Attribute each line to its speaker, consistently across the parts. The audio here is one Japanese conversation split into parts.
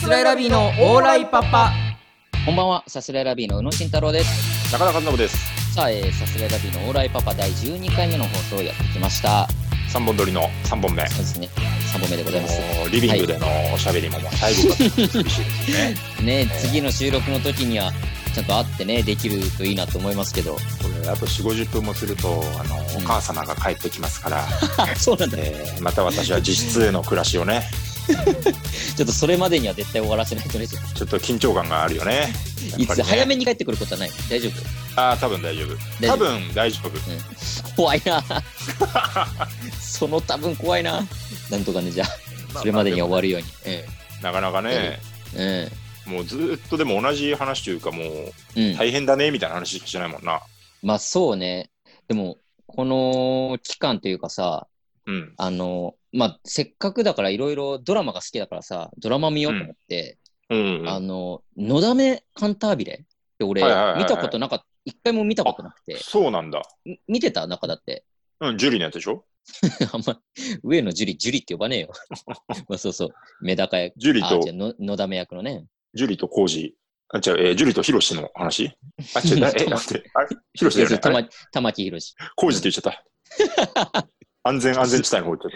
Speaker 1: すらいラビーのオーライパパ
Speaker 2: こんばんは、さすらいラビーの宇野慎太郎です。
Speaker 3: 中田和伸です。
Speaker 2: さあ、えー、さすらいラビーのオーライパパ第12回目の放送をやってきました。
Speaker 3: 三本撮りの三本目。
Speaker 2: そうですね、3本目でございます。
Speaker 3: もうリビングでのおしゃべりももう最後が厳しいです ね。
Speaker 2: ね
Speaker 3: ー、
Speaker 2: 次の収録の時には、ちゃんと会ってね、できるといいなと思いますけど。
Speaker 3: これあと四五十分もするとあのお母様が帰ってきますから、
Speaker 2: あ、そうなんだ。
Speaker 3: えーまた私は実質への暮らしをね、
Speaker 2: ちょっとそれまでには絶対終わらせ ないとね、ちょっと
Speaker 3: ちょっと緊張感があるよね。や
Speaker 2: い
Speaker 3: っぱ
Speaker 2: つ
Speaker 3: りね
Speaker 2: 早めに帰ってくることはない。大丈夫
Speaker 3: ああ多分大丈夫。
Speaker 2: 大丈
Speaker 3: 多
Speaker 2: 夫
Speaker 3: 分大丈夫。
Speaker 2: 怖いな。 その多分怖いな。なんとかね、じゃあ、それまでには終わるように。
Speaker 3: なかなかね、
Speaker 2: うん。うん。
Speaker 3: もうずっとでも同じ話というかもう
Speaker 2: うん、
Speaker 3: 大変だねみたいな話しかしないもんな。
Speaker 2: まあそうね。でも、この期間というかさ、
Speaker 3: うん。
Speaker 2: あの、まあせっかくだからいろいろドラマが好きだからさ、ドラマ見ようと思って、
Speaker 3: うん
Speaker 2: あ
Speaker 3: うん。
Speaker 2: の、のだめカンタービレって俺、
Speaker 3: はいはいはいはい
Speaker 2: 見たことなかった、一回も見たことなくて、
Speaker 3: そうなんだ。
Speaker 2: み見てた中だって。
Speaker 3: うんジュリーのやつでしょ。
Speaker 2: あんま、上野樹里、樹里って呼ばねえ よ。まあそうそう、メダカ役。
Speaker 3: ジュリー
Speaker 2: あ、
Speaker 3: と
Speaker 2: 違うの、のだめ役のね。
Speaker 3: ジュリーとコージ。あ、違う、えージュリーとヒロシの話あ、違う、だえ、待って、あれヒロシだよ
Speaker 2: い
Speaker 3: ね
Speaker 2: や
Speaker 3: あ
Speaker 2: 玉
Speaker 3: れ
Speaker 2: 玉木 宏。
Speaker 3: コージって言っちゃった。安全安全地帯の方行っち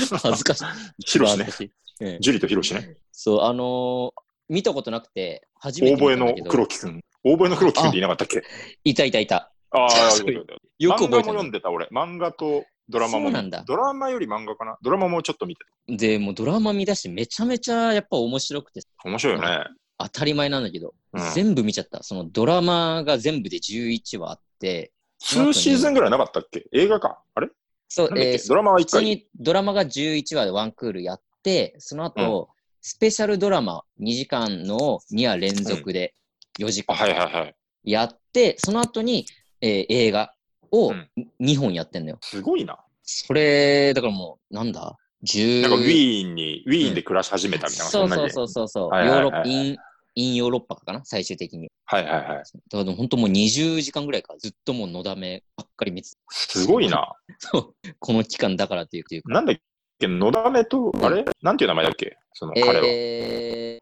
Speaker 3: ゃった。
Speaker 2: 恥ずかしい。
Speaker 3: ヒロシね。
Speaker 2: 恥ずかしいうん
Speaker 3: ジュリーとヒロシね。
Speaker 2: そう、あのー見たことなくて、初めて見た
Speaker 3: 大声
Speaker 2: んだ
Speaker 3: の
Speaker 2: けど。
Speaker 3: 黒木くん。大声の黒木くんっていなかったっけ
Speaker 2: いたいたいた。
Speaker 3: ああ、
Speaker 2: そう
Speaker 3: よかった
Speaker 2: よく
Speaker 3: 漫
Speaker 2: 覚
Speaker 3: 画も
Speaker 2: えて
Speaker 3: 読ん
Speaker 2: る。
Speaker 3: でた、俺。漫画とドラマ
Speaker 2: そ
Speaker 3: も
Speaker 2: うなんだ。
Speaker 3: ドラマより漫画かなドラマもちょっと見てた。
Speaker 2: で、もうドラマ見出してめちゃめちゃやっぱ面白くて、
Speaker 3: 面白いよね。
Speaker 2: 当たり前なんだけど、
Speaker 3: うん
Speaker 2: 全部見ちゃった。そのドラマが全部で11話あって、
Speaker 3: 2シーズンぐらいなかったっけ映画か。あれ
Speaker 2: そう
Speaker 3: なん、だっ
Speaker 2: え
Speaker 3: け
Speaker 2: ー
Speaker 3: ドラマは
Speaker 2: 普
Speaker 3: 1
Speaker 2: 通
Speaker 3: 回。
Speaker 2: にドラマが11話でワンクールやって、その後、スペシャルドラマ2時間の2話連続で4時
Speaker 3: あ、
Speaker 2: 間
Speaker 3: はいはいはい。
Speaker 2: やって、その後に、えー映画を
Speaker 3: うん
Speaker 2: 2本やってんのよ。
Speaker 3: すごいな。
Speaker 2: それ、だからもう、なんだ ?10
Speaker 3: なんかウィーンに、ウィーンで暮らし始めたみたいな。
Speaker 2: そうん
Speaker 3: な
Speaker 2: そ
Speaker 3: 感
Speaker 2: う
Speaker 3: じ
Speaker 2: そうそうそう、
Speaker 3: はいはいはいはい
Speaker 2: ヨーロッインインヨーロッパかな最終的に
Speaker 3: はいはいはい。
Speaker 2: だから本当もう20時間ぐらいかずっともうのだめばっかり見てた
Speaker 3: すごいな。
Speaker 2: そうこの期間だからっていうというか
Speaker 3: なんだっけ、のだめと、あれなんていう名前だっけその彼は。
Speaker 2: え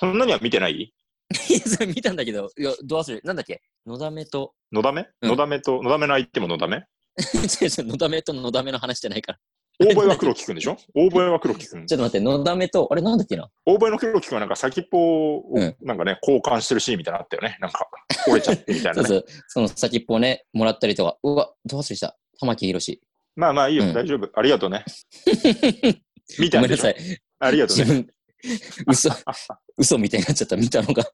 Speaker 3: そんなには見てない
Speaker 2: ー、 いやそれ見たんだけどいやどう忘れなんだっけのだめと
Speaker 3: のだめ
Speaker 2: うん
Speaker 3: のだめと、のだめの相手ものだめ
Speaker 2: 違う違うのだめとのだめの話じ ゃないから
Speaker 3: 大声は黒木くんでしょ大声は黒木くん
Speaker 2: ち。ょっと待ってのだめとあれなんだっけな
Speaker 3: 大声の黒木くんはなんか先っぽを
Speaker 2: うん
Speaker 3: なんかね、交換してるシーンみたいなのあったよね。なんか折れちゃってみたい
Speaker 2: そ
Speaker 3: な
Speaker 2: うそ
Speaker 3: ね。
Speaker 2: うその先っぽをねもらったりとかうわどう忘れした玉木宏
Speaker 3: まあまあいいうよ、
Speaker 2: ん
Speaker 3: 大丈夫。ありがと うね。見
Speaker 2: ご
Speaker 3: たん
Speaker 2: めんな
Speaker 3: でしょ
Speaker 2: さい
Speaker 3: ありがとう
Speaker 2: 自
Speaker 3: ね。
Speaker 2: 分嘘嘘みたいになっちゃった見たのが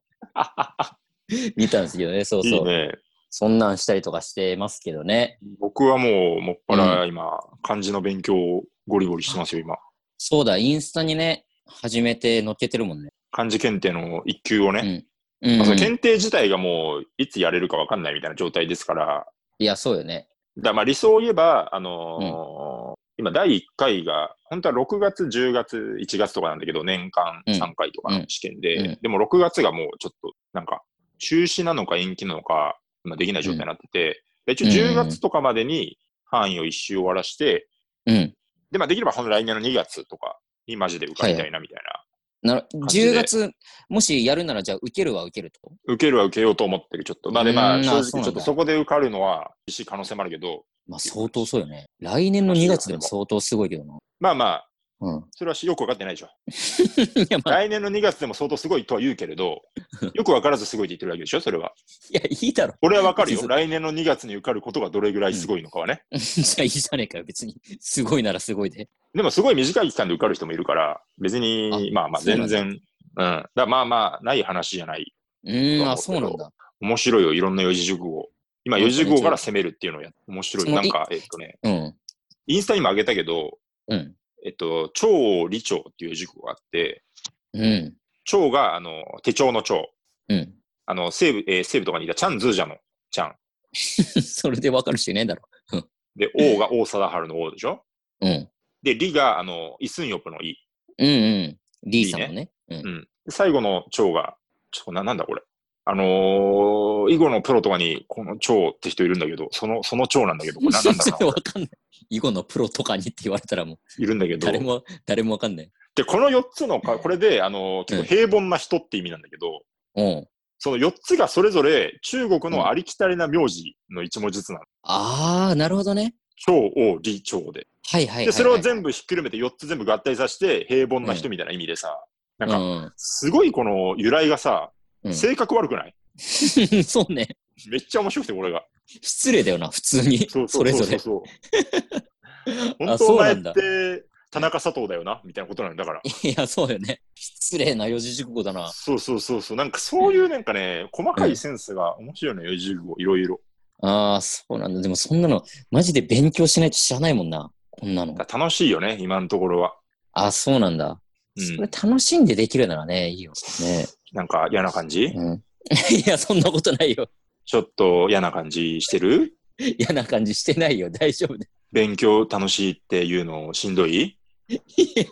Speaker 2: 見たんですけどねそうそう
Speaker 3: いいね。
Speaker 2: そんなんしたりとかしてますけどね。
Speaker 3: 僕はもう、もっぱら今、漢字の勉強をゴリゴリしてますよ、今。
Speaker 2: そうだ、インスタにね、初めて載っけてるもんね。
Speaker 3: 漢字検定の一級をね。
Speaker 2: うん、
Speaker 3: まあ、その
Speaker 2: い
Speaker 3: 検定自体がもういつやれるかわかんないみたいな状態ですから、だか
Speaker 2: や、そうよね。
Speaker 3: らまあ理想を言えば、あのー今第1回が、本当は6月、10月、1月とかなんだけど、年間
Speaker 2: うん
Speaker 3: 3回とかの試験で、
Speaker 2: うん
Speaker 3: でも6月がもうちょっとなんか中止なのか延期なのか、まあ、できない状態になってて、で一応10月とかまでに範囲を一周終わらして、
Speaker 2: うん。
Speaker 3: で、まあできればほんと来年の2月とかにマジで受かりたいなみたいな。
Speaker 2: なる
Speaker 3: 感じで
Speaker 2: 10月、もしやるなら、じゃあ、受けるは受けると。
Speaker 3: 受けるは受けようと思ってる、ちょっと。まあでま
Speaker 2: うー
Speaker 3: あ
Speaker 2: ん
Speaker 3: 正
Speaker 2: あそうな
Speaker 3: 直ちょ
Speaker 2: んだ
Speaker 3: っとそこで受かるのは厳しい可能性もあるけど、
Speaker 2: まあ、相当そうよね。来年の2月でも相当すごいけどな。
Speaker 3: まあまあ、
Speaker 2: うん。
Speaker 3: それはしよく分かってないでしょ。
Speaker 2: いや、まあ、
Speaker 3: 来年の2月でも相当すごいとは言うけ れど、よく分からずすごいって言ってるわけでしょ、それは。
Speaker 2: いや、いいだろ。
Speaker 3: 俺は分かる
Speaker 2: そ
Speaker 3: よ。
Speaker 2: う
Speaker 3: 来年の2月に受かることがどれぐらいすごいのかはね。
Speaker 2: じゃあ、いいじゃねえかよ、別に。すごいならすごいで。
Speaker 3: でもすごい短い期間で受かる人もいるから、別に、まあまあ
Speaker 2: そうなんだ
Speaker 3: 全然、うん。だからまあまあ、ない話じゃない。
Speaker 2: うーん、あ、そうなんだ。
Speaker 3: 面白いよ、いろんな四字熟語。今、四字熟語から攻めるっていうのをや面白
Speaker 2: そ
Speaker 3: い。
Speaker 2: の
Speaker 3: なんか、えっとね、
Speaker 2: うん。
Speaker 3: インスタにも上げたけど、
Speaker 2: うん。
Speaker 3: えっと、超理長っていう熟語があって、
Speaker 2: うん。
Speaker 3: 長が、あの、手帳の長。
Speaker 2: うん。
Speaker 3: あの、西部、えー西部とかにいたチャンズージャのチャン。
Speaker 2: それでわかる人いないだろ。
Speaker 3: で、王が王貞治の王でしょ
Speaker 2: うん。
Speaker 3: で、李が、あの、イスンヨプのイ。
Speaker 2: うんうん。D さんのね。 うん。
Speaker 3: で最後の蝶が、ちょ、な、なんだこれ。あのー、囲碁のプロとかに、この蝶って人いるんだけど、その、その蝶なんだけど、これななん だ
Speaker 2: そ
Speaker 3: ろ
Speaker 2: れわかんない。囲碁のプロとかにって言われたらもう
Speaker 3: う、いるんだけど、
Speaker 2: 誰も、誰もわかんない。
Speaker 3: で、この4つのか、これで、あの、結構平凡な人って意味なんだけど、
Speaker 2: うん。
Speaker 3: その4つがそれぞれ中国のありきたりな名字の一文字ずつなの。
Speaker 2: あー、なるほどね。
Speaker 3: 長王李長で。
Speaker 2: はいはいはい、はい。
Speaker 3: で、それを全部ひっくるめて4つ全部合体させて平凡な人みたいな意味でさ、なん
Speaker 2: う
Speaker 3: か、
Speaker 2: ん
Speaker 3: すごいこの由来がさ
Speaker 2: う、ん
Speaker 3: 性格悪くない
Speaker 2: うん、 そうね。
Speaker 3: めっちゃ面白くて、俺が。
Speaker 2: 失礼だよな、普通に。
Speaker 3: そう
Speaker 2: それぞれ。
Speaker 3: そう そう
Speaker 2: あ
Speaker 3: 本当
Speaker 2: そう
Speaker 3: お
Speaker 2: な
Speaker 3: 前
Speaker 2: んだ
Speaker 3: って田中佐藤だよなみたいなことなんだから。
Speaker 2: いや、そうよね。失礼な四字熟語だな。
Speaker 3: そうそうそうそう。なんかそういうなんかね、細かいセンスが面白いのよ、四字熟語いろいろ。
Speaker 2: ああ、そうなんだ。でもそんなの、マジで勉強しないと知らないもんな。こんなの。
Speaker 3: だから楽しいよね、今のところは。
Speaker 2: あそうなんだ。
Speaker 3: う
Speaker 2: それ
Speaker 3: ん、
Speaker 2: 楽しんでできるならね、いいよね。
Speaker 3: なんか嫌な感じ、
Speaker 2: うん。 いや、そんなことないよ。
Speaker 3: ちょっと嫌な感じしてる
Speaker 2: 嫌な感じしてないよ。大丈夫だ。
Speaker 3: 勉強楽しいっていうのしんどい
Speaker 2: いや、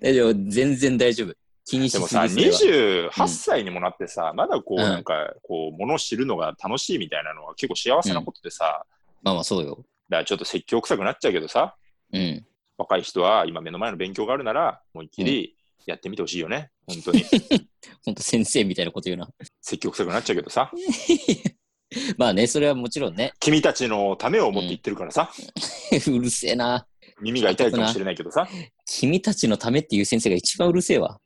Speaker 2: 大丈夫。全然大丈夫。気にし
Speaker 3: です
Speaker 2: ぎ
Speaker 3: もさ、
Speaker 2: それは
Speaker 3: 28
Speaker 2: うん
Speaker 3: 歳にもなってさ、まだこ
Speaker 2: うん
Speaker 3: う、なんか、こう、物を知るのが楽しいみたいなのは結構幸せなことでさ、
Speaker 2: まあまあ、そうよ。
Speaker 3: だからちょっと説教臭くなっちゃうけどさ、
Speaker 2: うん。
Speaker 3: 若い人は今目の前の勉強があるなら、思いっきりやってみてほしいよね。本当に。
Speaker 2: ほんと先生みたいなこと言うな。
Speaker 3: 積極臭くなっちゃうけどさ。
Speaker 2: まあね、それはもちろんね。
Speaker 3: 君たちのためを思って言ってるからさ。
Speaker 2: うるせえな。
Speaker 3: 耳が痛いかもしれないけどさ。
Speaker 2: 君たちのためっていう先生が一番うるせえわ。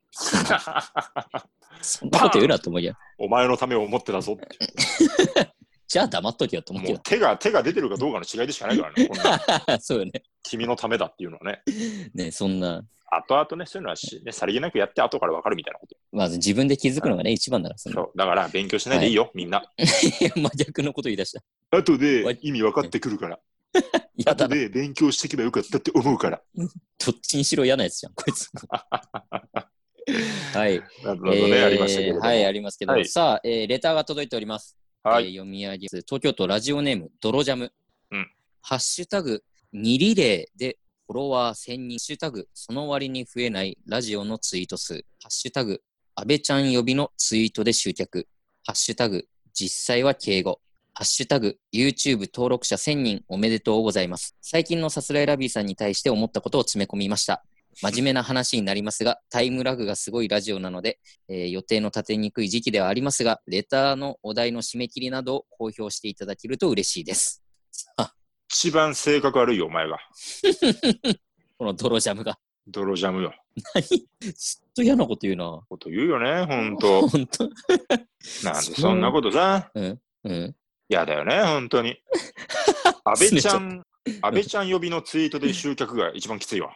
Speaker 2: そんなこと言うなと思うよ。
Speaker 3: お前のためを思ってたぞって。
Speaker 2: じゃあ黙っとけよと思う
Speaker 3: も
Speaker 2: け
Speaker 3: う手が、手が出てるかどうかの違いでしかないからね。こんな
Speaker 2: ど。 そうよね。
Speaker 3: 君のためだっていうのはね。
Speaker 2: ね、そんな。
Speaker 3: 後々ね、そういうのはし、ね、さりげなくやって後から分かるみたいなこと。
Speaker 2: まあ、自分で気づくのがね、一番だから、そんな。
Speaker 3: そうだから勉強しないでいいよ、みんな。
Speaker 2: いや真逆のこと言い出した。
Speaker 3: 後で意味分かってくるから。
Speaker 2: や
Speaker 3: 後
Speaker 2: だな。
Speaker 3: で勉強していけばよかったって思うから。
Speaker 2: どっちにしろ嫌なやつじゃん、こい つ。はい。
Speaker 3: なるほどね、
Speaker 2: えー
Speaker 3: ありましたけれども。
Speaker 2: はい、ありますけど、
Speaker 3: はい
Speaker 2: さあ、えーレターが届いております。
Speaker 3: はい
Speaker 2: えー読み上げます。東京都ラジオネーム、ドロジャム。
Speaker 3: うん
Speaker 2: ハッシュタグ、2リレーでフォロワー1000人。ハッシュタグ、その割に増えないラジオのツイート数。ハッシュタグ、安倍ちゃん呼びのツイートで集客。ハッシュタグ、実際は敬語。ハッシュタグ、YouTube 登録者1000人おめでとうございます。最近のさすらいラビーさんに対して思ったことを詰め込みました。真面目な話になりますが、タイムラグがすごいラジオなので、えー予定の立てにくい時期ではありますが、レターのお題の締め切りなどを公表していただけると嬉しいです。
Speaker 3: 一番性格悪いよ、お前が。
Speaker 2: この泥ジャムが。
Speaker 3: 泥ジャムよ。
Speaker 2: ずっと嫌なこと言うな。
Speaker 3: こと言うよね、ほん と。
Speaker 2: 本当。
Speaker 3: なんで
Speaker 2: そう
Speaker 3: そんなことさ、
Speaker 2: うん。
Speaker 3: 嫌だよね、ほんとに。安倍ち ゃん、安倍ちゃん呼びのツイートで集客が一番きついわ。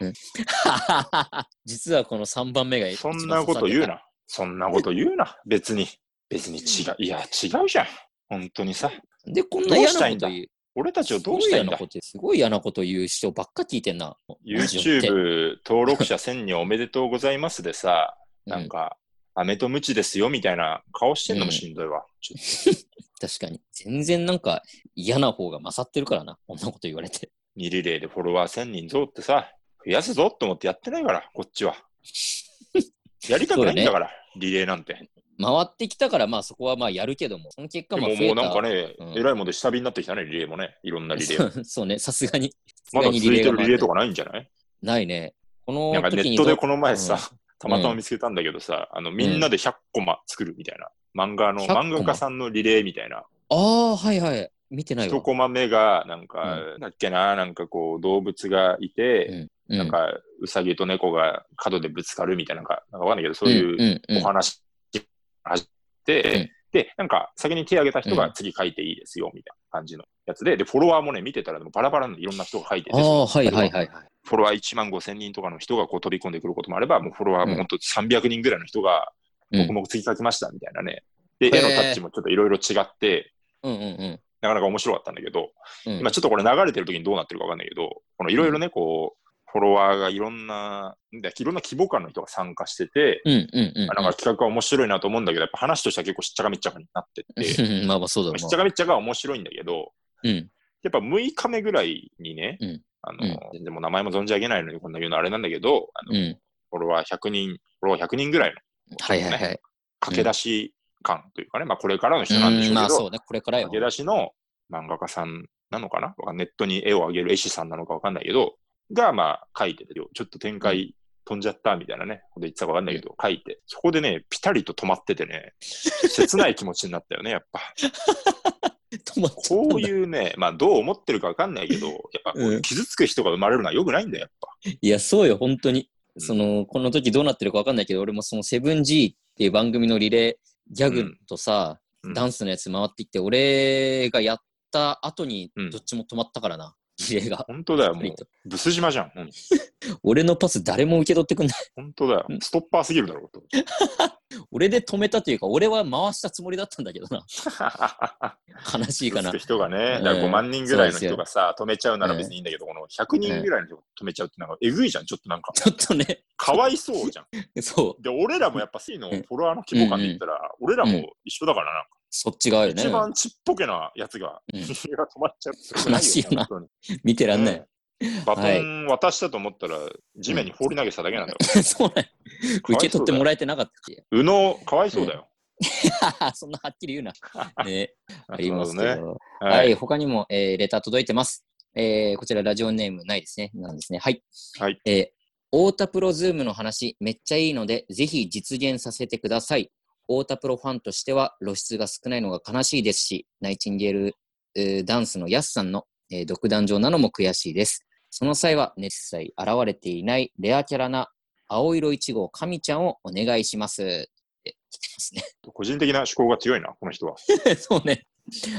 Speaker 2: 実はこの3番目が
Speaker 3: そんなこと言う
Speaker 2: な。
Speaker 3: な。そんなこと言うな、別に。別に違う。いや、違うじゃん。ほんとにさ。
Speaker 2: で、こんな嫌な
Speaker 3: どうし
Speaker 2: こと
Speaker 3: たい
Speaker 2: 言う。
Speaker 3: 俺たちをどうしたいんだ
Speaker 2: すご嫌なこと言うすごい嫌なこと言う人ばっか聞いてんな。ラジオって
Speaker 3: ?YouTube 登録者1000人おめでとうございますでさ、
Speaker 2: うん
Speaker 3: なんか、飴とムチですよみたいな顔してんのもしんどいわ。ちょっと
Speaker 2: 確かに。全然なんか嫌な方が勝ってるからな。こんなこと言われて。
Speaker 3: 2リレーでフォロワー1000人増ってさ、増やすぞと思ってやってないから、こっ ちは。やりたくないんだから、リレーなんて。
Speaker 2: 回ってきたから、まあそこはまあやるけども、その結果
Speaker 3: で
Speaker 2: まあ増
Speaker 3: も
Speaker 2: えた
Speaker 3: もうなんかね、
Speaker 2: うん
Speaker 3: えらいもんで下火になってきたね、リレーもね、いろんなリレー。
Speaker 2: そうそうね、さすがに。
Speaker 3: まだ
Speaker 2: さ
Speaker 3: 続
Speaker 2: す
Speaker 3: い
Speaker 2: がに
Speaker 3: てる
Speaker 2: が回
Speaker 3: リレーとかないんじゃない
Speaker 2: ないね。こ
Speaker 3: なん
Speaker 2: の
Speaker 3: かネ
Speaker 2: 時
Speaker 3: ッ
Speaker 2: に
Speaker 3: ト
Speaker 2: ど
Speaker 3: でこの前さ、
Speaker 2: うん
Speaker 3: たまたま見つけたんだけどさ、あのみんなで100コマ作るみたいな、漫画の、
Speaker 2: 100コマ
Speaker 3: 漫画家さんのリレーみたいな、
Speaker 2: ああ、はいはい。見てないわ
Speaker 3: 1。コマ目が、なんか、だっけな、なんかこう、動物がいて、
Speaker 2: うん
Speaker 3: なんか、うさぎと猫が角でぶつかるみたいな、なんか、なんかわかんないけど、そういう
Speaker 2: うんうんう
Speaker 3: お
Speaker 2: ん
Speaker 3: 話が始って、で、なんか先に手挙げた人が次書いていいですよ、みたいな感じのやつで、で、フォロワーもね、見てたらでもバラバラのいろんな人が書いてて、
Speaker 2: ああ、はいはいはい。
Speaker 3: フォロワー1万5千人とかの人がこう飛び込んでくることもあれば、もうフォロワーも本当300人ぐらいの人が、
Speaker 2: うん
Speaker 3: 僕も次書きました、みたいなね。
Speaker 2: へ
Speaker 3: で、
Speaker 2: ー
Speaker 3: 絵のタッチもちょっといろいろ違って、
Speaker 2: うんうんうん。
Speaker 3: なかなか面白かったんだけど、
Speaker 2: うん
Speaker 3: 今ちょっとこれ流れてる時にどうなってるかわかんないけど、このいろいろね、こう、フォロワーがいろんな、いろんな規模感の人が参加してて、
Speaker 2: うんうんうん
Speaker 3: あなんか企画は面白いなと思うんだけど、やっぱ話としては結構しっちゃかめっちゃかになってって、し
Speaker 2: うん。 まあまあそうだろう
Speaker 3: っち
Speaker 2: な。
Speaker 3: ゃかめっちゃかは面白いんだけど、
Speaker 2: うん。
Speaker 3: やっぱ6日目ぐらいにね、
Speaker 2: うん
Speaker 3: あの
Speaker 2: うん
Speaker 3: 全然もう名前も存じ上げないのにこんな言うのあれなんだけど、あの
Speaker 2: うん。
Speaker 3: フォロワー100人、フォロワー100人ぐらいの
Speaker 2: はいはいはい。
Speaker 3: 駆け出し感というかね、まあこれからの人なんでし
Speaker 2: うん、
Speaker 3: ょうけ
Speaker 2: まあ
Speaker 3: ど、
Speaker 2: そうね、これからよ。
Speaker 3: 駆け出しの漫画家さんなのかなわかんネットに絵を上げる絵師さんなのかわかんないけど、がまあ書いてて、ちょっと展開飛んじゃったみたいなね、ほんと言ってたかわかんないけど、書いて、そこでね、ピタリと止まっててね、切ない気持ちになったよね、やっぱ。
Speaker 2: 止まっちゃったんだ
Speaker 3: こうい うね、まあどう思ってるかわかんないけど、やっぱこう
Speaker 2: うん
Speaker 3: 傷つく人が生まれるのは良くないんだよ、やっぱ。
Speaker 2: いや、そうよ、本当に。
Speaker 3: うん
Speaker 2: その、この時どうなってるかわかんないけど、俺もその 7G っていう番組のリレー、ギャグとさ、
Speaker 3: うん
Speaker 2: ダンスのやつ回ってきて、俺がやった後に
Speaker 3: うん
Speaker 2: どっちも止まったからな、リレーが。
Speaker 3: 本当だよ、もう
Speaker 2: ピタリと。
Speaker 3: ブス島じゃん。うん
Speaker 2: 俺のパス誰も受け取ってくんない。
Speaker 3: 本当だよ
Speaker 2: う。ん
Speaker 3: ストッパーすぎるだろうと。
Speaker 2: 俺で止めたというか、俺は回したつもりだったんだけどな。 悲しいか
Speaker 3: 傷つ
Speaker 2: な
Speaker 3: く。人がね、だから
Speaker 2: うん
Speaker 3: 5万人ぐらいの人がさ、止めちゃうなら別にいいんだけど、この100人ぐらいの人が止めちゃうってなんかえぐいじゃん、ちょっとなんか。
Speaker 2: ちょっとね、
Speaker 3: かわいそうじゃん。
Speaker 2: そう、
Speaker 3: で、俺らもやっぱ C のフォロワーの規模感で言ったら、俺らも一緒だからな。
Speaker 2: そっち側よね
Speaker 3: 一。番ちっぽけなやつが、
Speaker 2: うん
Speaker 3: 人間が止まっちゃうってこと
Speaker 2: 悲しいよな
Speaker 3: 本当に
Speaker 2: 見てらんない。
Speaker 3: うんバトン渡したと思ったら、地面に放り投げてただけなんだ よ。
Speaker 2: そうなんや受け取ってもらえてなかったっていう
Speaker 3: うの、かわいそうだよ。
Speaker 2: そんなはっきり言うな。ね、あります
Speaker 3: な
Speaker 2: け
Speaker 3: る
Speaker 2: ど。
Speaker 3: ほどね。
Speaker 2: は、
Speaker 3: はいい。
Speaker 2: 他にも、えーレター届いてます。えーこちらラジオネームないですね。なんですね。はい。
Speaker 3: はい
Speaker 2: えー太田プロズームの話、めっちゃいいので、ぜひ実現させてください。太田プロファンとしては露出が少ないのが悲しいですし、ナイチンゲール、えーダンスのヤスさんの、えー独壇場なのも悔しいです。その際は熱切現れていないレアキャラな青色1号神ちゃんをお願いします。って来てますね。
Speaker 3: 個人的な思考が強いな、この人は。
Speaker 2: そうね。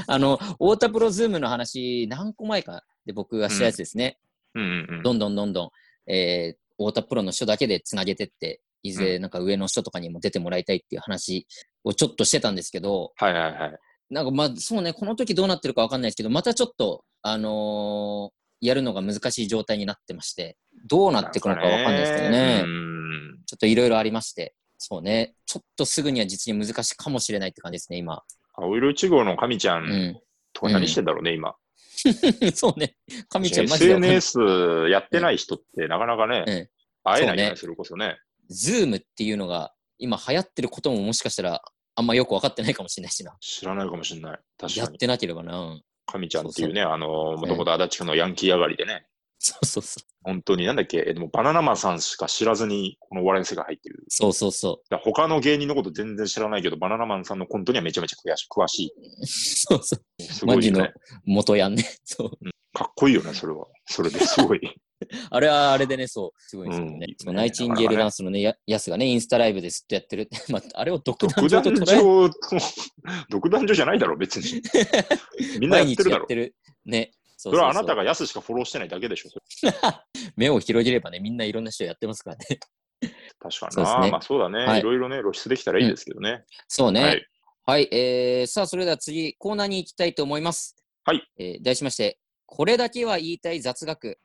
Speaker 2: あの、太田プロズームの話、何個前かで僕がしたやつですね。
Speaker 3: うんうんうん。
Speaker 2: どんどんどんどん、えー太田プロの人だけでつなげてって、いずれなんか上の人とかにも出てもらいたいっていう話をちょっとしてたんですけど、
Speaker 3: はいはいはい。
Speaker 2: なんかまあ、そうね、この時どうなってるかわかんないですけど、またちょっと、あのーやるのが難しい状態になってまして、どうなっていくのかわかんないですけどね。
Speaker 3: うん
Speaker 2: ちょっといろいろありまして、そうね、ちょっとすぐには実に難しいかもしれないって感じですね、今。
Speaker 3: 青色1号の神ちゃ
Speaker 2: うんん。
Speaker 3: とか何してんだろうね、今。
Speaker 2: そうね。神ちゃん、マジでわかんない。
Speaker 3: SNS やってない人ってなかなか
Speaker 2: うん
Speaker 3: ね、会えな
Speaker 2: そう
Speaker 3: いよね、
Speaker 2: ね
Speaker 3: それこそね。
Speaker 2: ズームっていうのが今流行ってることももしかしたらあんまよく分かってないかもしれないしな。
Speaker 3: 知らないかもしれない。確
Speaker 2: や
Speaker 3: か
Speaker 2: っ
Speaker 3: に。
Speaker 2: てなければな。うん
Speaker 3: 神ちゃんっていう
Speaker 2: そ
Speaker 3: ね、あの、もともと足立区のヤンキー上がりでね、
Speaker 2: そうそうそう。
Speaker 3: 本当になんだっけ、えでもバナナマンさんしか知らずに、このお笑いの世界入ってる。
Speaker 2: そうそうそ
Speaker 3: だから他の芸人のこと全然知らないけど、バナナマンさんのコントにはめちゃめちゃ詳し詳し
Speaker 2: う。そうそう。
Speaker 3: い。すごいよ
Speaker 2: マジの
Speaker 3: ね。
Speaker 2: 元やんね。そう。
Speaker 3: かっこいいよね、それは。それです ごい。
Speaker 2: あれはあれでね、そう。すごいんですよね。
Speaker 3: うん
Speaker 2: そうナイチンゲールダンスのね、ややすがね、インスタライブでずっとやってる。 まあ、あれを独壇
Speaker 3: 独
Speaker 2: 場
Speaker 3: 壇
Speaker 2: と捉え
Speaker 3: 場、 独壇場じゃないだろ、別に。みんなや
Speaker 2: 毎
Speaker 3: って
Speaker 2: 日
Speaker 3: る
Speaker 2: や
Speaker 3: だろ
Speaker 2: っ。てる。ね。そ
Speaker 3: そ
Speaker 2: そう
Speaker 3: うれ
Speaker 2: そう
Speaker 3: はあなたが安しかフォローしてないだけでしょ。それ
Speaker 2: 目を広げればね、みんないろんな人やってますからね。
Speaker 3: 確かに
Speaker 2: そうです
Speaker 3: な。
Speaker 2: ね
Speaker 3: まあそうだね、
Speaker 2: はい
Speaker 3: い。ろいろね、露出できたらいいですけどね。
Speaker 2: そうね。
Speaker 3: はい。
Speaker 2: はい、えー、さあ、それでは次、コーナーに行きたいと思います。
Speaker 3: はい。
Speaker 2: えー、題しまして、これだけは言いたい雑学。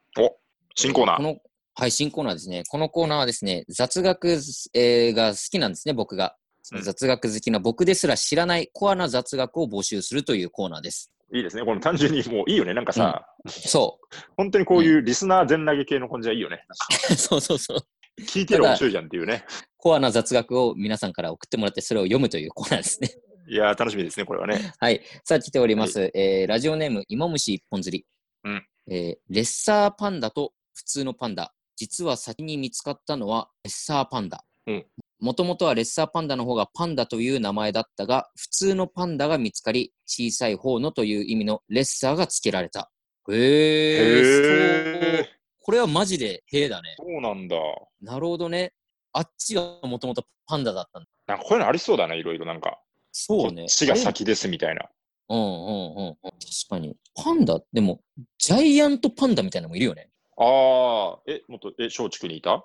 Speaker 3: 新コーナ
Speaker 2: えこ
Speaker 3: ー。
Speaker 2: のはい、新コーナーですね。このコーナーはですね、雑学、えーが好きなんですね、僕が。その雑学好きな僕ですら知らないコアな雑学を募集するというコーナーです。
Speaker 3: いいですね。この単純にもういいよね。なんかさ、
Speaker 2: そ
Speaker 3: 本当にこういうリスナー全投げ系の感じはいいよね。
Speaker 2: う。 そうそうそう。
Speaker 3: 聞いてる面白いじゃんっていうね。
Speaker 2: コアな雑学を皆さんから送ってもらって、それを読むというコーナーですね。
Speaker 3: いやー、楽しみですね、これはね。
Speaker 2: はい。さあ、来ております。えーラジオネーム、芋虫一本釣り。
Speaker 3: うん
Speaker 2: えーレッサーパンダと普通のパンダ。実は先に見つかったのはレッサーパンダ
Speaker 3: うん。
Speaker 2: もともとはレッサーパンダの方がパンダという名前だったが、普通のパンダが見つかり、小さい方のという意味のレッサーが付けられた。へえ。そう
Speaker 3: へー
Speaker 2: これはマジで、へえだね。
Speaker 3: そうなんだ。
Speaker 2: なるほどね。あっちがもともとパンダだったんだ。
Speaker 3: なんかこういうのありそうだね、いろいろなんか。
Speaker 2: そうね。
Speaker 3: こっちが先ですみたいな。
Speaker 2: うんうんうんうん。確かに。パンダ、でも、ジャイアントパンダみたいなのもいるよね。
Speaker 3: ああ、え、もっと、え、松竹にいた
Speaker 2: あ、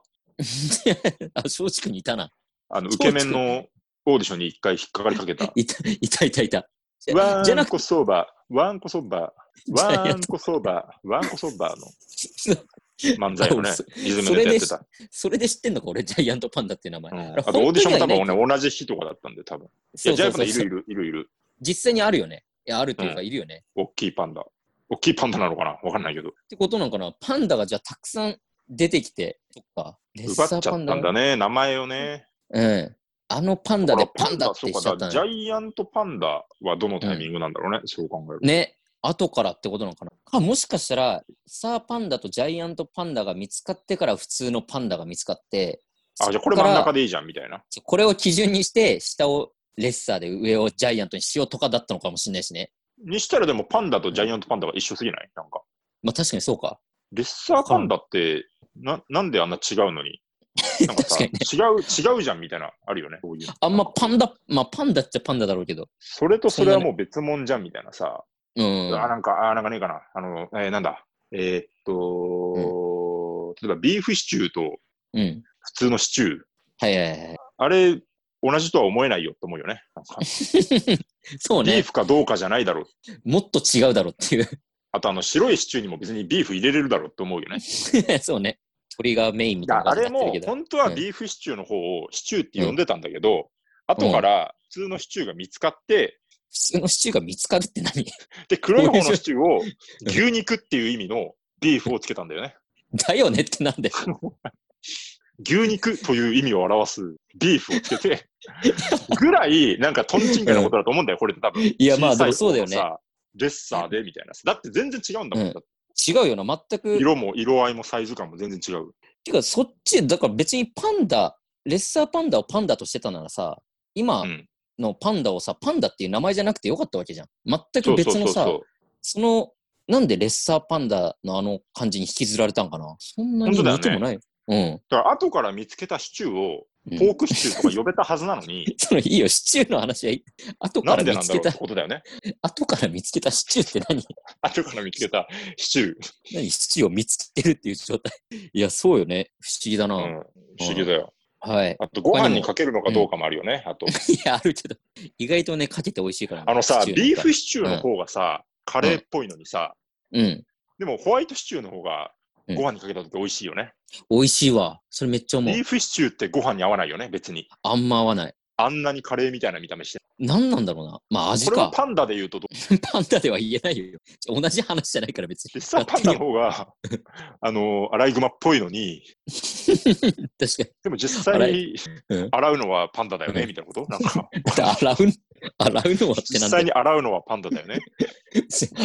Speaker 2: 松竹にいたな。
Speaker 3: あの、
Speaker 2: 松
Speaker 3: ウ
Speaker 2: 竹。
Speaker 3: ケメンのオーディションに一回引っかかりかけた
Speaker 2: いた、いたいたいた。 じゃ
Speaker 3: わ
Speaker 2: じゃ
Speaker 3: ー
Speaker 2: なん
Speaker 3: こそば、わんこそば、わーんこそば、わんこそばの漫才をね
Speaker 2: そ、
Speaker 3: リズムでやってた。
Speaker 2: それで知ってんのか、俺、ジャイアントパンダっていう名前。
Speaker 3: うん
Speaker 2: れ
Speaker 3: あとオーディションも
Speaker 2: 本
Speaker 3: 多
Speaker 2: 当にはいない
Speaker 3: 分ね、同じ日とかだったんで、多分。い
Speaker 2: そ
Speaker 3: や、
Speaker 2: う
Speaker 3: ジャ
Speaker 2: そ
Speaker 3: イア
Speaker 2: う
Speaker 3: ント
Speaker 2: そ
Speaker 3: パ
Speaker 2: う
Speaker 3: ンダいるいるいるいる。
Speaker 2: 実際にあるよね。いや、あるというか、
Speaker 3: う
Speaker 2: いるよね。
Speaker 3: 大きいパンダ。大きいパンダなのかなわかんないけど。
Speaker 2: ってことなのかな。パンダがじゃあたくさん出てきて、そっか。レッ
Speaker 3: 奪っち
Speaker 2: サ
Speaker 3: ゃっ
Speaker 2: ーパ
Speaker 3: た
Speaker 2: ン
Speaker 3: ん
Speaker 2: ダが。
Speaker 3: だね、名前をね。
Speaker 2: うん。あのパンダで
Speaker 3: ほら
Speaker 2: パンダってしちゃ
Speaker 3: そ
Speaker 2: っ
Speaker 3: う
Speaker 2: た
Speaker 3: か
Speaker 2: の
Speaker 3: ジャ
Speaker 2: よ
Speaker 3: イアントパンダはどのタイミングなんだろうね、そう考えると。
Speaker 2: ね。後からってことなのかなかもしかしたら、サーパンダとジャイアントパンダが見つかってから普通のパンダが見つかって、
Speaker 3: あ、じゃあこれ真ん
Speaker 2: そっか
Speaker 3: 中
Speaker 2: ら
Speaker 3: でいいじゃんみたいな。
Speaker 2: これを基準にして、下をレッサーで上をジャイアントにしようとかだったのかもしれないしね。
Speaker 3: にしたらでもパンダとジャイアントパンダが一緒すぎないなんか。
Speaker 2: まあ確かにそうか。
Speaker 3: レッサーパンダって、な、なんであんな違う のに。なんかさ、
Speaker 2: 確
Speaker 3: 違う、違うじゃんみたいな、あるよね。そういう
Speaker 2: あんまパンダ、まあパンダっちゃパンダだろうけど。
Speaker 3: それとそれはもう別物じゃんみたいなさ。
Speaker 2: うん。
Speaker 3: あ、なんか、あ、なんかねえかな。あの、えーなんだ。えーっと、例えばビーフシチューと
Speaker 2: うん。
Speaker 3: 普通のシチュー。
Speaker 2: はいはいはいはい。
Speaker 3: あれ、同じとは思えないよと思うよね。なんか
Speaker 2: そう
Speaker 3: ビー
Speaker 2: ね。
Speaker 3: フかどうかじゃないだろう。
Speaker 2: もっと違うだろうっていう。
Speaker 3: あと、あの、白いシチューにも別にビーフ入れれるだろうって思うよね。
Speaker 2: そう ね。鳥がメインみたいな
Speaker 3: あ
Speaker 2: 感じ
Speaker 3: れ
Speaker 2: になってるけ、
Speaker 3: も
Speaker 2: ど。
Speaker 3: 本当は
Speaker 2: うん
Speaker 3: ビーフシチューの方をシチューって呼んでたんだけど、後から普通のシチューが見つかって、
Speaker 2: 普通のシチューが見つかるって何
Speaker 3: で、黒い方のシチューを牛肉っていう意味のビーフをつけたんだよね。
Speaker 2: だよねってなんで。
Speaker 3: 牛肉という意味を表すビーフをつけて、ぐらい、なんかトンチンカンなことだと思うんだよ、これって多分。い
Speaker 2: いや、まあ、でもそうだよね。
Speaker 3: レッサーでみたいな。だって全然違うんだもん。
Speaker 2: うん
Speaker 3: だって
Speaker 2: 違うよな、全く。
Speaker 3: 色も色合いもサイズ感も全然違う。
Speaker 2: てか、そっち、だから別にパンダ、レッサーパンダをパンダとしてたならさ、今
Speaker 3: うん
Speaker 2: のパンダをさ、パンダっていう名前じゃなくてよかったわけじゃん。全く別のさ、その、なんでレッサーパンダのあの感じに引きずられたんかなそんなに
Speaker 3: 本当だよ
Speaker 2: 似
Speaker 3: ね
Speaker 2: てもない。うん。
Speaker 3: だから後から見つけたシチューを
Speaker 2: うん、
Speaker 3: ポークシチューとか呼べたはずなのに
Speaker 2: そのいいよ、シチューの話はいい。 後か
Speaker 3: な
Speaker 2: ら
Speaker 3: んで
Speaker 2: 見
Speaker 3: なん
Speaker 2: つ
Speaker 3: だろ
Speaker 2: け
Speaker 3: うって
Speaker 2: た、
Speaker 3: ことだよね。
Speaker 2: 後から見つけたシチューって何
Speaker 3: 後から見つけたシチュー。
Speaker 2: 何シチューを見つけるっていう状態。いや、そうよね。不思議だな。
Speaker 3: うん、不思議だよ。
Speaker 2: はい。
Speaker 3: あとご飯にかけるのかどうかもあるよね。あと、
Speaker 2: いや、あるけど、意外とね、かけて美味しいからね、
Speaker 3: あのさ、
Speaker 2: シチューなんか
Speaker 3: ビーフシチューの方がさ、カレーっぽいのにさ、
Speaker 2: うん。
Speaker 3: でもホワイトシチューの方が
Speaker 2: うん
Speaker 3: ご飯にかけた時美味しいよね。
Speaker 2: 美味しいわ。それめっちゃ思う
Speaker 3: ビ。ーフシチューってご飯に合わないよね、別に。
Speaker 2: あんま合わない。
Speaker 3: あんなにカレーみたいな見た目して。
Speaker 2: 何なんだろうな。まあ、味
Speaker 3: これ
Speaker 2: か。
Speaker 3: をパンダで言うとどう、
Speaker 2: パンダでは言えないよ。同じ話じゃないから別に。
Speaker 3: 実際パンダの 方が、あの、アライグマっぽいのに、
Speaker 2: 確かに。
Speaker 3: でも実際
Speaker 2: アラ
Speaker 3: に
Speaker 2: うん
Speaker 3: 洗うのはパンダだよ
Speaker 2: う
Speaker 3: ね、
Speaker 2: ん
Speaker 3: みたいなこと なんか、
Speaker 2: 洗う、洗うのはってな
Speaker 3: 実
Speaker 2: んだ
Speaker 3: 際
Speaker 2: よ。
Speaker 3: に洗うのはパンダだよね。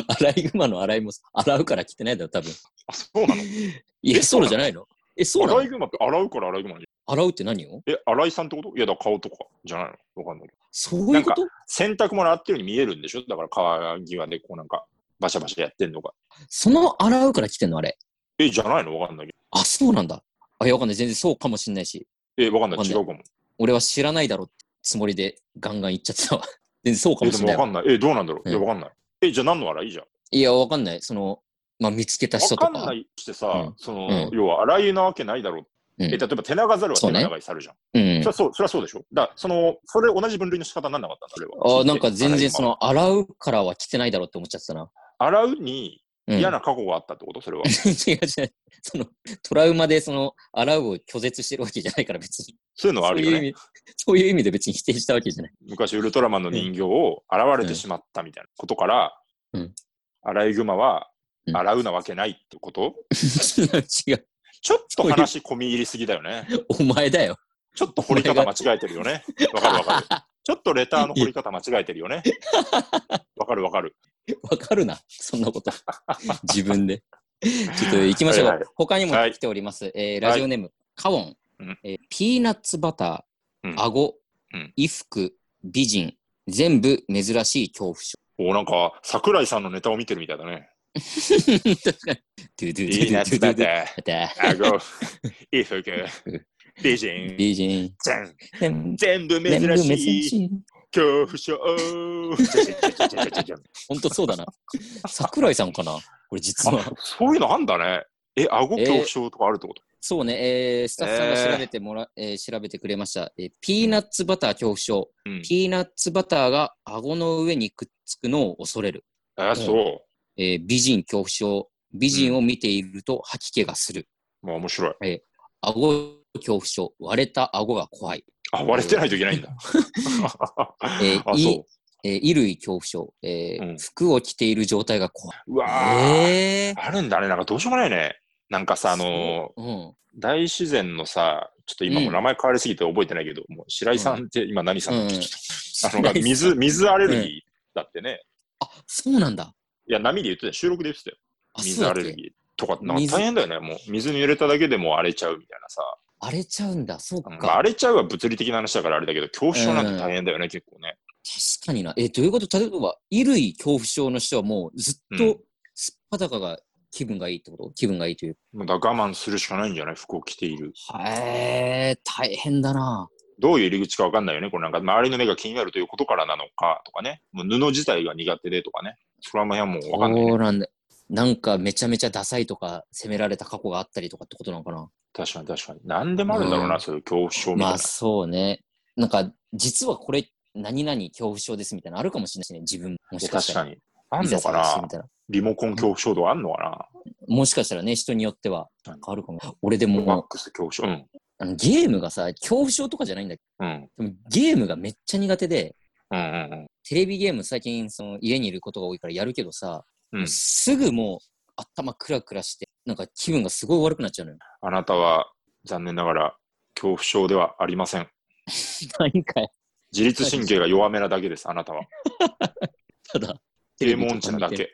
Speaker 2: アライグマの洗いも、洗うから来てないだろ、多分。
Speaker 3: あ、そうなの
Speaker 2: いや、
Speaker 3: え
Speaker 2: そうじゃないのえ、そうな
Speaker 3: アライ
Speaker 2: の
Speaker 3: グマって洗うから洗いグマなの
Speaker 2: 洗うって何よ
Speaker 3: え、洗いさんってこといや、だから顔とかじゃないのわかんないけど。
Speaker 2: そういうこと
Speaker 3: 洗濯物洗ってるように見えるんでしょだから川際でこうなんか、バシャバシャやってんのが。
Speaker 2: その洗うから来てんのあれ。
Speaker 3: え、じゃないのわかんないけ
Speaker 2: あ、そうなんだ。あ、いや、わかんない。全然そうかもしんないし。
Speaker 3: ど。え、わかんな
Speaker 2: わ
Speaker 3: い。
Speaker 2: かん
Speaker 3: 違
Speaker 2: ないう
Speaker 3: かも。
Speaker 2: 俺は知らないだろうってつもりでガンガン言っちゃってたわ。全然そうか
Speaker 3: え、
Speaker 2: も
Speaker 3: で
Speaker 2: しん
Speaker 3: も
Speaker 2: な
Speaker 3: わ
Speaker 2: い
Speaker 3: か
Speaker 2: わ。
Speaker 3: んない。え、どうなんだろう
Speaker 2: うん
Speaker 3: いや、わかんない。え、じゃあ何の洗いじゃん
Speaker 2: いや、わかんない。その、まあ、見つけた人
Speaker 3: わ
Speaker 2: と
Speaker 3: か
Speaker 2: か。
Speaker 3: んないして
Speaker 2: う
Speaker 3: さ
Speaker 2: ん、
Speaker 3: そ
Speaker 2: うん
Speaker 3: の、要は洗いなわけないだろう。
Speaker 2: うん
Speaker 3: え、例えば手長猿は
Speaker 2: そ
Speaker 3: 手
Speaker 2: うね
Speaker 3: 長い猿じゃん。
Speaker 2: うん
Speaker 3: そりゃ。そう、そりゃそうでしょだからその、それ同じ分類の仕方になんなかったそれは。
Speaker 2: あなんか全然そ
Speaker 3: 洗い
Speaker 2: の、洗うからは来てないだろうって思っちゃってたな。
Speaker 3: 場。洗うに
Speaker 2: うん、
Speaker 3: 嫌な過去があったってことそれは。
Speaker 2: 違う 違う。その、トラウマでその、洗うを拒絶してるわけじゃないから別に。
Speaker 3: そういうのはあるよ
Speaker 2: そういう
Speaker 3: ね
Speaker 2: 意。味、そういう意味で別に否定したわけじゃない。
Speaker 3: 昔ウルトラマンの人形を洗われてしまったみたいなことから、
Speaker 2: うん
Speaker 3: アライグマは
Speaker 2: うん
Speaker 3: 洗うなわけないってこと、
Speaker 2: 違う違う。
Speaker 3: ちょっと話込み入りすぎだよね。
Speaker 2: お前だよ。
Speaker 3: ちょっと掘り方間違えてるよね。わかるわ かる。ちょっとレターの掘り方間違えてるよね。わかるわかる。
Speaker 2: わかるな、そんな こと。自分で。ちょっと行きましょうか。
Speaker 3: はいはい
Speaker 2: 他にも
Speaker 3: はい
Speaker 2: 来ております。えーラジオネーム、カオン、
Speaker 3: うん
Speaker 2: えーピーナッツバタ
Speaker 3: う
Speaker 2: ー、
Speaker 3: ん
Speaker 2: 顎、
Speaker 3: うん
Speaker 2: 衣服、美人、全部珍しい恐怖症。
Speaker 3: おなんか桜井さんのネタを見てるみたいだね。
Speaker 2: 確かに。ドゥドゥ
Speaker 3: いい
Speaker 2: ドゥ
Speaker 3: な
Speaker 2: ド
Speaker 3: つ
Speaker 2: ゥドゥ
Speaker 3: だっ
Speaker 2: ドゥ
Speaker 3: て。
Speaker 2: バタ
Speaker 3: あご、いい服、美
Speaker 2: ー。
Speaker 3: 人、
Speaker 2: 美人。
Speaker 3: 全
Speaker 2: 全
Speaker 3: 全部
Speaker 2: 全部
Speaker 3: 珍
Speaker 2: 珍
Speaker 3: しい
Speaker 2: しい。
Speaker 3: 恐怖症。
Speaker 2: ほんとそうだな。桜井さんかなこれ実は
Speaker 3: あ。そういうのあんだね。え、顎恐怖症とかあるってこと、
Speaker 2: そうね、えースタッフさんが調べてもら、えー調べてくれました、えーピーナッツバター恐怖症。
Speaker 3: うん
Speaker 2: ピーナッツバターが顎の上にくっつくのを恐れる。
Speaker 3: えーそ
Speaker 2: えー美人恐怖症。美人を見ていると吐き気がする。
Speaker 3: う。まあ面白い。
Speaker 2: 顎恐怖症。割れた顎が怖い。
Speaker 3: あ、割れてないといけないんだ。
Speaker 2: えー
Speaker 3: あ、
Speaker 2: い
Speaker 3: そ
Speaker 2: えー衣類恐怖症、えー
Speaker 3: うん
Speaker 2: 服を着ている状態が怖い。
Speaker 3: う。うわー、
Speaker 2: え
Speaker 3: あるんだね。なんかどうしようもないね。なんかさ、あの
Speaker 2: ーうん、
Speaker 3: ー大自然のさ、ちょっと今もう名前変わりすぎて覚えてないけど、もう白井さんって今何さんだっけ、
Speaker 2: うん
Speaker 3: あのなんか水、水アレルギーだってね。
Speaker 2: あそうなんだ。
Speaker 3: いや、波で言ってたよ収録で言ってたよ。
Speaker 2: あ、
Speaker 3: 水
Speaker 2: そう
Speaker 3: ア
Speaker 2: だっ
Speaker 3: レル
Speaker 2: け
Speaker 3: ギーとか、なん
Speaker 2: 水
Speaker 3: か大変だよね。もう、水に濡れただけでもう荒れちゃうみたいなさ。
Speaker 2: 荒れちゃうんだ。そうか。
Speaker 3: まあ、荒れちゃうは物理的な話だからあれだけど、恐怖症なんて大変だよね、結構ね。
Speaker 2: 確かにな。え、どういうこと例えば、衣類恐怖症の人はもうずっ
Speaker 3: う
Speaker 2: と
Speaker 3: ん
Speaker 2: すっぱだかが気分がいいってこと気分がいいという
Speaker 3: もうだから我慢するしかないんじゃない服を着ている。
Speaker 2: か。へえ、大変だな。
Speaker 3: どういう入り口かわかんないよね。これなんか周りの目が気になるということからなのかとかね。もう布自体が苦手でとかね。それはもうもうわかんない、
Speaker 2: そ
Speaker 3: ね。
Speaker 2: うなんだ。なんかめちゃめちゃダサいとか責められた過去があったりとかってことなのかな。
Speaker 3: 確かに確かに。何でもあるんだろうな、
Speaker 2: うん
Speaker 3: そういう恐怖症みたい
Speaker 2: ま
Speaker 3: な
Speaker 2: あ。そうね。なんか実はこれ何々恐怖症ですみたいなのあるかもしれないしね。自分もしかした。
Speaker 3: 確からに。あん
Speaker 2: いざ
Speaker 3: のか
Speaker 2: 探して
Speaker 3: な
Speaker 2: みたら
Speaker 3: リモコン恐怖症とかあんのか
Speaker 2: もしかしたらね、人によってはなんかあるかも。俺で
Speaker 3: なマ
Speaker 2: も
Speaker 3: ックス恐怖症。うん。
Speaker 2: あのゲームがさ、恐怖症とかじゃないんだけ
Speaker 3: うん。
Speaker 2: ど、でもゲームがめっちゃ苦手で、
Speaker 3: うんうん
Speaker 2: テレビゲーム最近その家にいることが多いからやるけどさ、
Speaker 3: うん
Speaker 2: すぐもう頭クラクラして、なんか気分がすごい悪くなっ ちゃうのよ。
Speaker 3: あなたは残念ながら恐怖症ではありません。
Speaker 2: 何か
Speaker 3: 自律神経が弱めなだけです、あなたは。
Speaker 2: ただ、
Speaker 3: 低音音痴なだけ。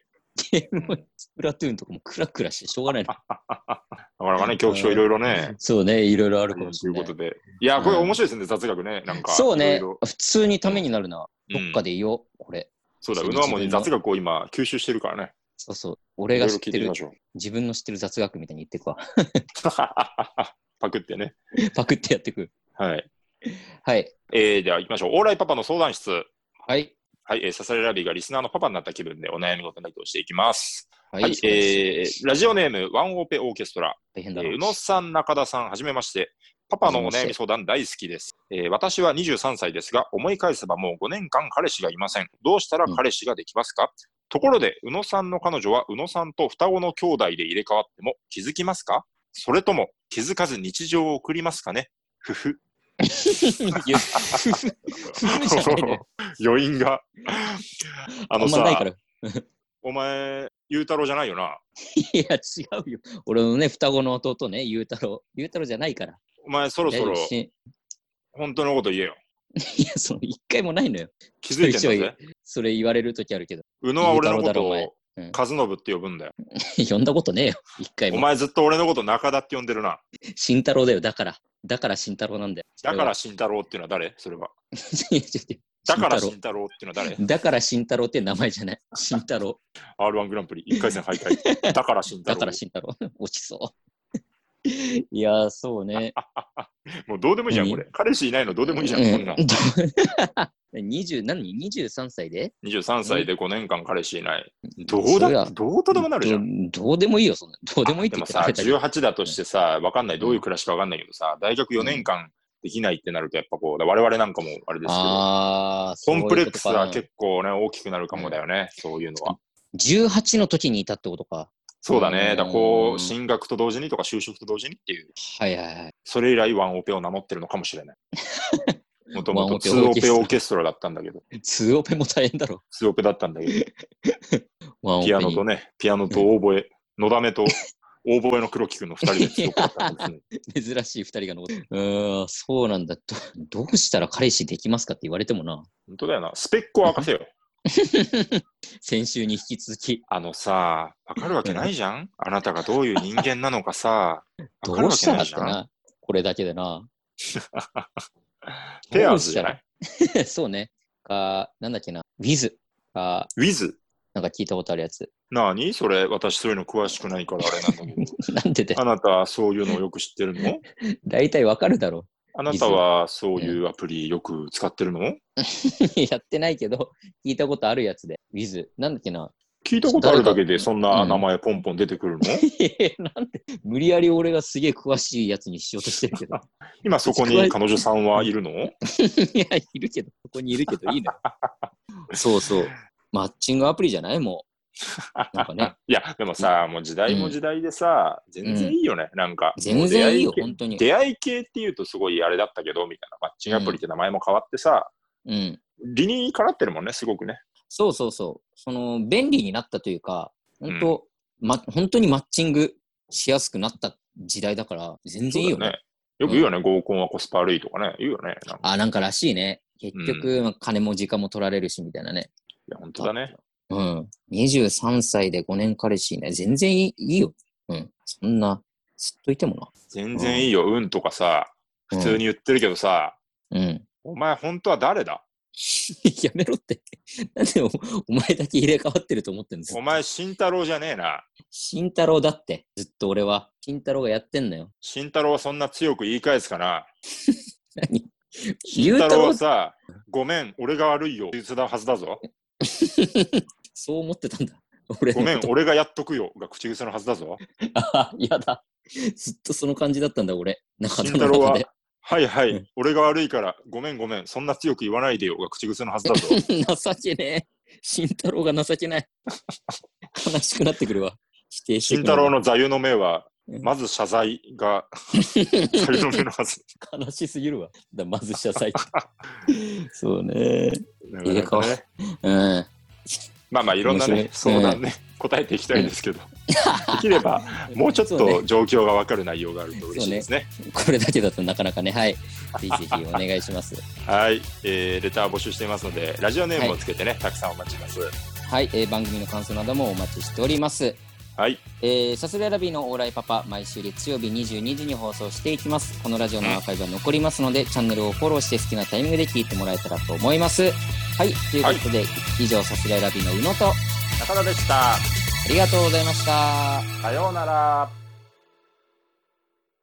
Speaker 2: ゲームもスプラトゥーンとかもクラクラしてしょうがないの。
Speaker 3: なかなかね、恐怖症いろいろね。
Speaker 2: そうね、いろいろあ
Speaker 3: と
Speaker 2: るかもしれ
Speaker 3: いう
Speaker 2: な
Speaker 3: こ
Speaker 2: い。
Speaker 3: とで。いや、これ
Speaker 2: うん
Speaker 3: 面白いですね、雑学ね。なんか。
Speaker 2: そうね
Speaker 3: いろいろ、
Speaker 2: 普通にためになるな。どっか
Speaker 3: で。
Speaker 2: で言おう、これ。
Speaker 3: そうだ、
Speaker 2: そうう
Speaker 3: のはもうね
Speaker 2: 自分の
Speaker 3: 雑学を今、吸収してるからね。
Speaker 2: そうそう。俺が知っ
Speaker 3: い
Speaker 2: て
Speaker 3: ろい
Speaker 2: る
Speaker 3: ろ聞いてみましょう。
Speaker 2: 自分の知ってる雑学みたいに言ってくわ。
Speaker 3: パクってね。
Speaker 2: パクってやってく。
Speaker 3: はい。
Speaker 2: はい。
Speaker 3: えー、では行きましょう。オーライパパの相談室。
Speaker 2: はい。
Speaker 3: はい、えー、ササレラビーがリスナーのパパになった気分でお悩み事などをしていきます。
Speaker 2: は。
Speaker 3: はいい、
Speaker 2: そうです
Speaker 3: えー、ラジオネーム、ワンオペオーケストラ、
Speaker 2: 大変
Speaker 3: え
Speaker 2: だな
Speaker 3: ー、宇野さん、中田さん、はじめまして。パパのお悩み相談大好きです、えー私は23歳ですが、思い返せばもう5年間彼氏がいません。どうしたら彼氏ができますか、ところで、宇野さんの彼女は宇野さんと双子の兄弟で入れ替わっても気づきますかそれとも気づかず日常を送りますかねふふ。
Speaker 2: いやふふふじゃ ないね
Speaker 3: 余韻が。あ
Speaker 2: あ
Speaker 3: の
Speaker 2: んまない
Speaker 3: さ
Speaker 2: か、ら。
Speaker 3: お前、ゆうたろうじゃないよな。
Speaker 2: いや、違うよ。俺のね、双子の弟ね、ゆうたろう。ゆうたろうじゃないから。
Speaker 3: お前、そろそろ
Speaker 2: 大丈夫し
Speaker 3: 本当のこと言えよ。
Speaker 2: いや、その一回もないのよ。
Speaker 3: 気づいてんだ
Speaker 2: ちょい
Speaker 3: ぜ。
Speaker 2: それ言われるときあるけど。
Speaker 3: 宇野は俺の
Speaker 2: ゆう
Speaker 3: こ
Speaker 2: たろ
Speaker 3: と
Speaker 2: うだろお前
Speaker 3: を
Speaker 2: うん
Speaker 3: 和信って呼ぶんだよ。
Speaker 2: 呼んだことねえよ。一回
Speaker 3: お
Speaker 2: も。
Speaker 3: 前ずっと俺のこと中田って呼んでるな。
Speaker 2: 慎太郎だよ。だから。だから慎太郎なんだよ。
Speaker 3: だから慎太郎っていうのは誰それは。
Speaker 2: そ れは。いやちょっと
Speaker 3: だから
Speaker 2: 慎
Speaker 3: 慎
Speaker 2: 太
Speaker 3: 太郎っていうのは誰
Speaker 2: 郎だから慎太郎って名前じゃない。慎太 郎。
Speaker 3: ?R1 グランプリ1回戦敗退。だから慎太
Speaker 2: だか
Speaker 3: 郎
Speaker 2: ら。慎太郎。 落ちそう。 いや、そうね。
Speaker 3: もうどうでもいいじゃん、これ。彼氏いないのどうでもいいじゃん、こんな
Speaker 2: うん。20何 ?23 歳で
Speaker 3: 23歳で5年間彼氏いない。どう
Speaker 2: そり
Speaker 3: だ
Speaker 2: ゃ
Speaker 3: どうとでもなるじゃん。
Speaker 2: どどうでもいいよ、そんな。どうでもいいって
Speaker 3: で
Speaker 2: 言
Speaker 3: も
Speaker 2: ったらあ
Speaker 3: さ、
Speaker 2: れだけど
Speaker 3: 18だとしてさ、わかんない、どういう暮らしかわかんないけどさ、大学4年間できないってなると、やっぱこう、だ我々なんかもあれですけど、
Speaker 2: あー
Speaker 3: コンプレックスは
Speaker 2: そういう
Speaker 3: 結構ね、大きくなるかもだよね、そういうのは。
Speaker 2: ことか18の時にいたってことか。
Speaker 3: そうだね。だからこ
Speaker 2: うん
Speaker 3: う、進学と同時にとか就職と同時にっていう、
Speaker 2: はいはいはい。
Speaker 3: それ以来ワンオペを名乗ってるのかもしれ ない。もと
Speaker 2: ワ
Speaker 3: も
Speaker 2: ン
Speaker 3: と
Speaker 2: オペ
Speaker 3: ツーオペ
Speaker 2: オ
Speaker 3: オ
Speaker 2: ー
Speaker 3: ーケストラだったんだけど、
Speaker 2: 2オペも大変だろ。
Speaker 3: ツーオペだったんだけ
Speaker 2: ワンオ
Speaker 3: ど、
Speaker 2: ペ
Speaker 3: ピ
Speaker 2: に
Speaker 3: アノとね、ピアノとオーボエ、のだめとオーボエの黒木くんの二人でツーオペだったん ですね。
Speaker 2: 珍しい2人が残って。うーん、そうなんだど。どうしたら彼氏できますかって言われてもな。
Speaker 3: 本当だよな。スペックを明かせよ。
Speaker 2: 先週に引き続き。
Speaker 3: あのさ、わかるわけないじゃんあなたがどういう人間なのかさ、わか
Speaker 2: ど
Speaker 3: る
Speaker 2: う
Speaker 3: わ
Speaker 2: し
Speaker 3: け
Speaker 2: た
Speaker 3: な
Speaker 2: らっ
Speaker 3: いじ
Speaker 2: て
Speaker 3: ゃん
Speaker 2: な。これだけでな。
Speaker 3: ペアーズじゃない
Speaker 2: そうね。か、なんだっけな。ウィズか、
Speaker 3: ウィズ
Speaker 2: なんか聞いたことあるやつ。
Speaker 3: なあにそれ、私そういうの詳しくないからあれ なんだけど。
Speaker 2: なんでだよ
Speaker 3: あなた、そういうのをよく知ってるの
Speaker 2: 大体わかるだろ。
Speaker 3: あなたはそういうアプリよく使ってるの、
Speaker 2: やってないけど、聞いたことあるやつで。ウィズなんだっけな。
Speaker 3: 聞いたことあるだけで
Speaker 2: 誰か
Speaker 3: そんな名前ポンポン出 てくるの、
Speaker 2: えーなんで無理やり俺がすげえ詳しいやつにしようとしてるけ ど。
Speaker 3: 今そこに彼女さんはいるの
Speaker 2: いや、いるけど、ここにいるけど、いい のよ。そうそう。マッチングアプリじゃないもう。なんか ね、
Speaker 3: いや、でもさ、もう時代も時代でさ、全然いいよね。なんか、
Speaker 2: 全然いいよ
Speaker 3: も、う出会
Speaker 2: 本当に。
Speaker 3: 系出会い系っていうとすごいあれだったけど、みたいな。マッチングアプリって名前も変わってさ、
Speaker 2: うん。
Speaker 3: 理にかなってるもんね、すごくね。
Speaker 2: そうそうそう。その、便利になったというか、本当、ま、本当にマッチングしやすくなった時代だから、全然いいよ
Speaker 3: そうだ
Speaker 2: ね。
Speaker 3: よね。よく言うよね、合コンはコスパ悪いとかね。言うよね。なんか
Speaker 2: あ、なんからしいね。結局、まあ金も時間も取られるし、みたいなね。
Speaker 3: いや、本当だね。
Speaker 2: うん。23歳で5年彼氏いない。全然いいいいよ。うん。そんな、ずっといても
Speaker 3: 全然いいよ、うんとかさ、
Speaker 2: な。
Speaker 3: 普通に言ってるけどさ、
Speaker 2: うん。うん。
Speaker 3: お前本当は誰だ
Speaker 2: やめろって。 なんでおお前だけ入れ替わってると思ってんです
Speaker 3: お前慎太郎じゃねえな。
Speaker 2: 慎太郎だって。ずっと俺は。慎太郎がやってんのよ。
Speaker 3: 慎太郎はそんな強く言い返すかな。
Speaker 2: 何
Speaker 3: 慎
Speaker 2: 言う
Speaker 3: 太
Speaker 2: た
Speaker 3: 郎
Speaker 2: ろ
Speaker 3: はさ、ごめん、俺が悪いよ。手伝うはずだぞ。
Speaker 2: そう思ってた んだ。俺
Speaker 3: ごめ
Speaker 2: の
Speaker 3: ん
Speaker 2: こ、と。
Speaker 3: 俺がやっとくよ。が口癖のはずだぞ。
Speaker 2: あーやだ。ずっとその感じだったんだ、俺。中
Speaker 3: 慎
Speaker 2: 田
Speaker 3: 太
Speaker 2: の
Speaker 3: 郎
Speaker 2: 中
Speaker 3: は
Speaker 2: で。、
Speaker 3: はいは
Speaker 2: う
Speaker 3: い、俺が悪いから、ごめんごめん、そんな強く言わないでよ。が口癖のはず だぞ。
Speaker 2: 情けねえ。慎太郎が情けない。悲しくなってくるわ。否定して
Speaker 3: 慎
Speaker 2: く
Speaker 3: 太郎
Speaker 2: の。
Speaker 3: の座右の銘は、
Speaker 2: うん
Speaker 3: まず謝罪 が座右の銘のはず。
Speaker 2: 悲しすぎるわ。だまず謝 罪って。そうね。
Speaker 3: な
Speaker 2: 入れ替わ
Speaker 3: かなかね
Speaker 2: うん。
Speaker 3: まあまあいろんなね
Speaker 2: 面白い
Speaker 3: 相談ね、答えていきたいんで すけど、できればもうちょっ
Speaker 2: そうね
Speaker 3: と状況が分かる内容があると嬉しいですね。
Speaker 2: これだけだとなかなかね。はい。ぜひぜひお願いします。
Speaker 3: はい、えーレター募集していますのでラジオネームをつけてね、たくさんお待ちします。
Speaker 2: はい、えー番組の感想などもお待ちしております。
Speaker 3: はい、
Speaker 2: えー、サスレラビーのオーライパパ、毎週月曜日22時に放送していきます。このラジオのアーカイブは残りますので、チャンネルをフォローして好きなタイミングで聞いてもらえたらと思います。はい、ということで、以上、サスレラビーの宇野と、あ
Speaker 3: 中田でした。
Speaker 2: りがとうございました。
Speaker 3: さようなら。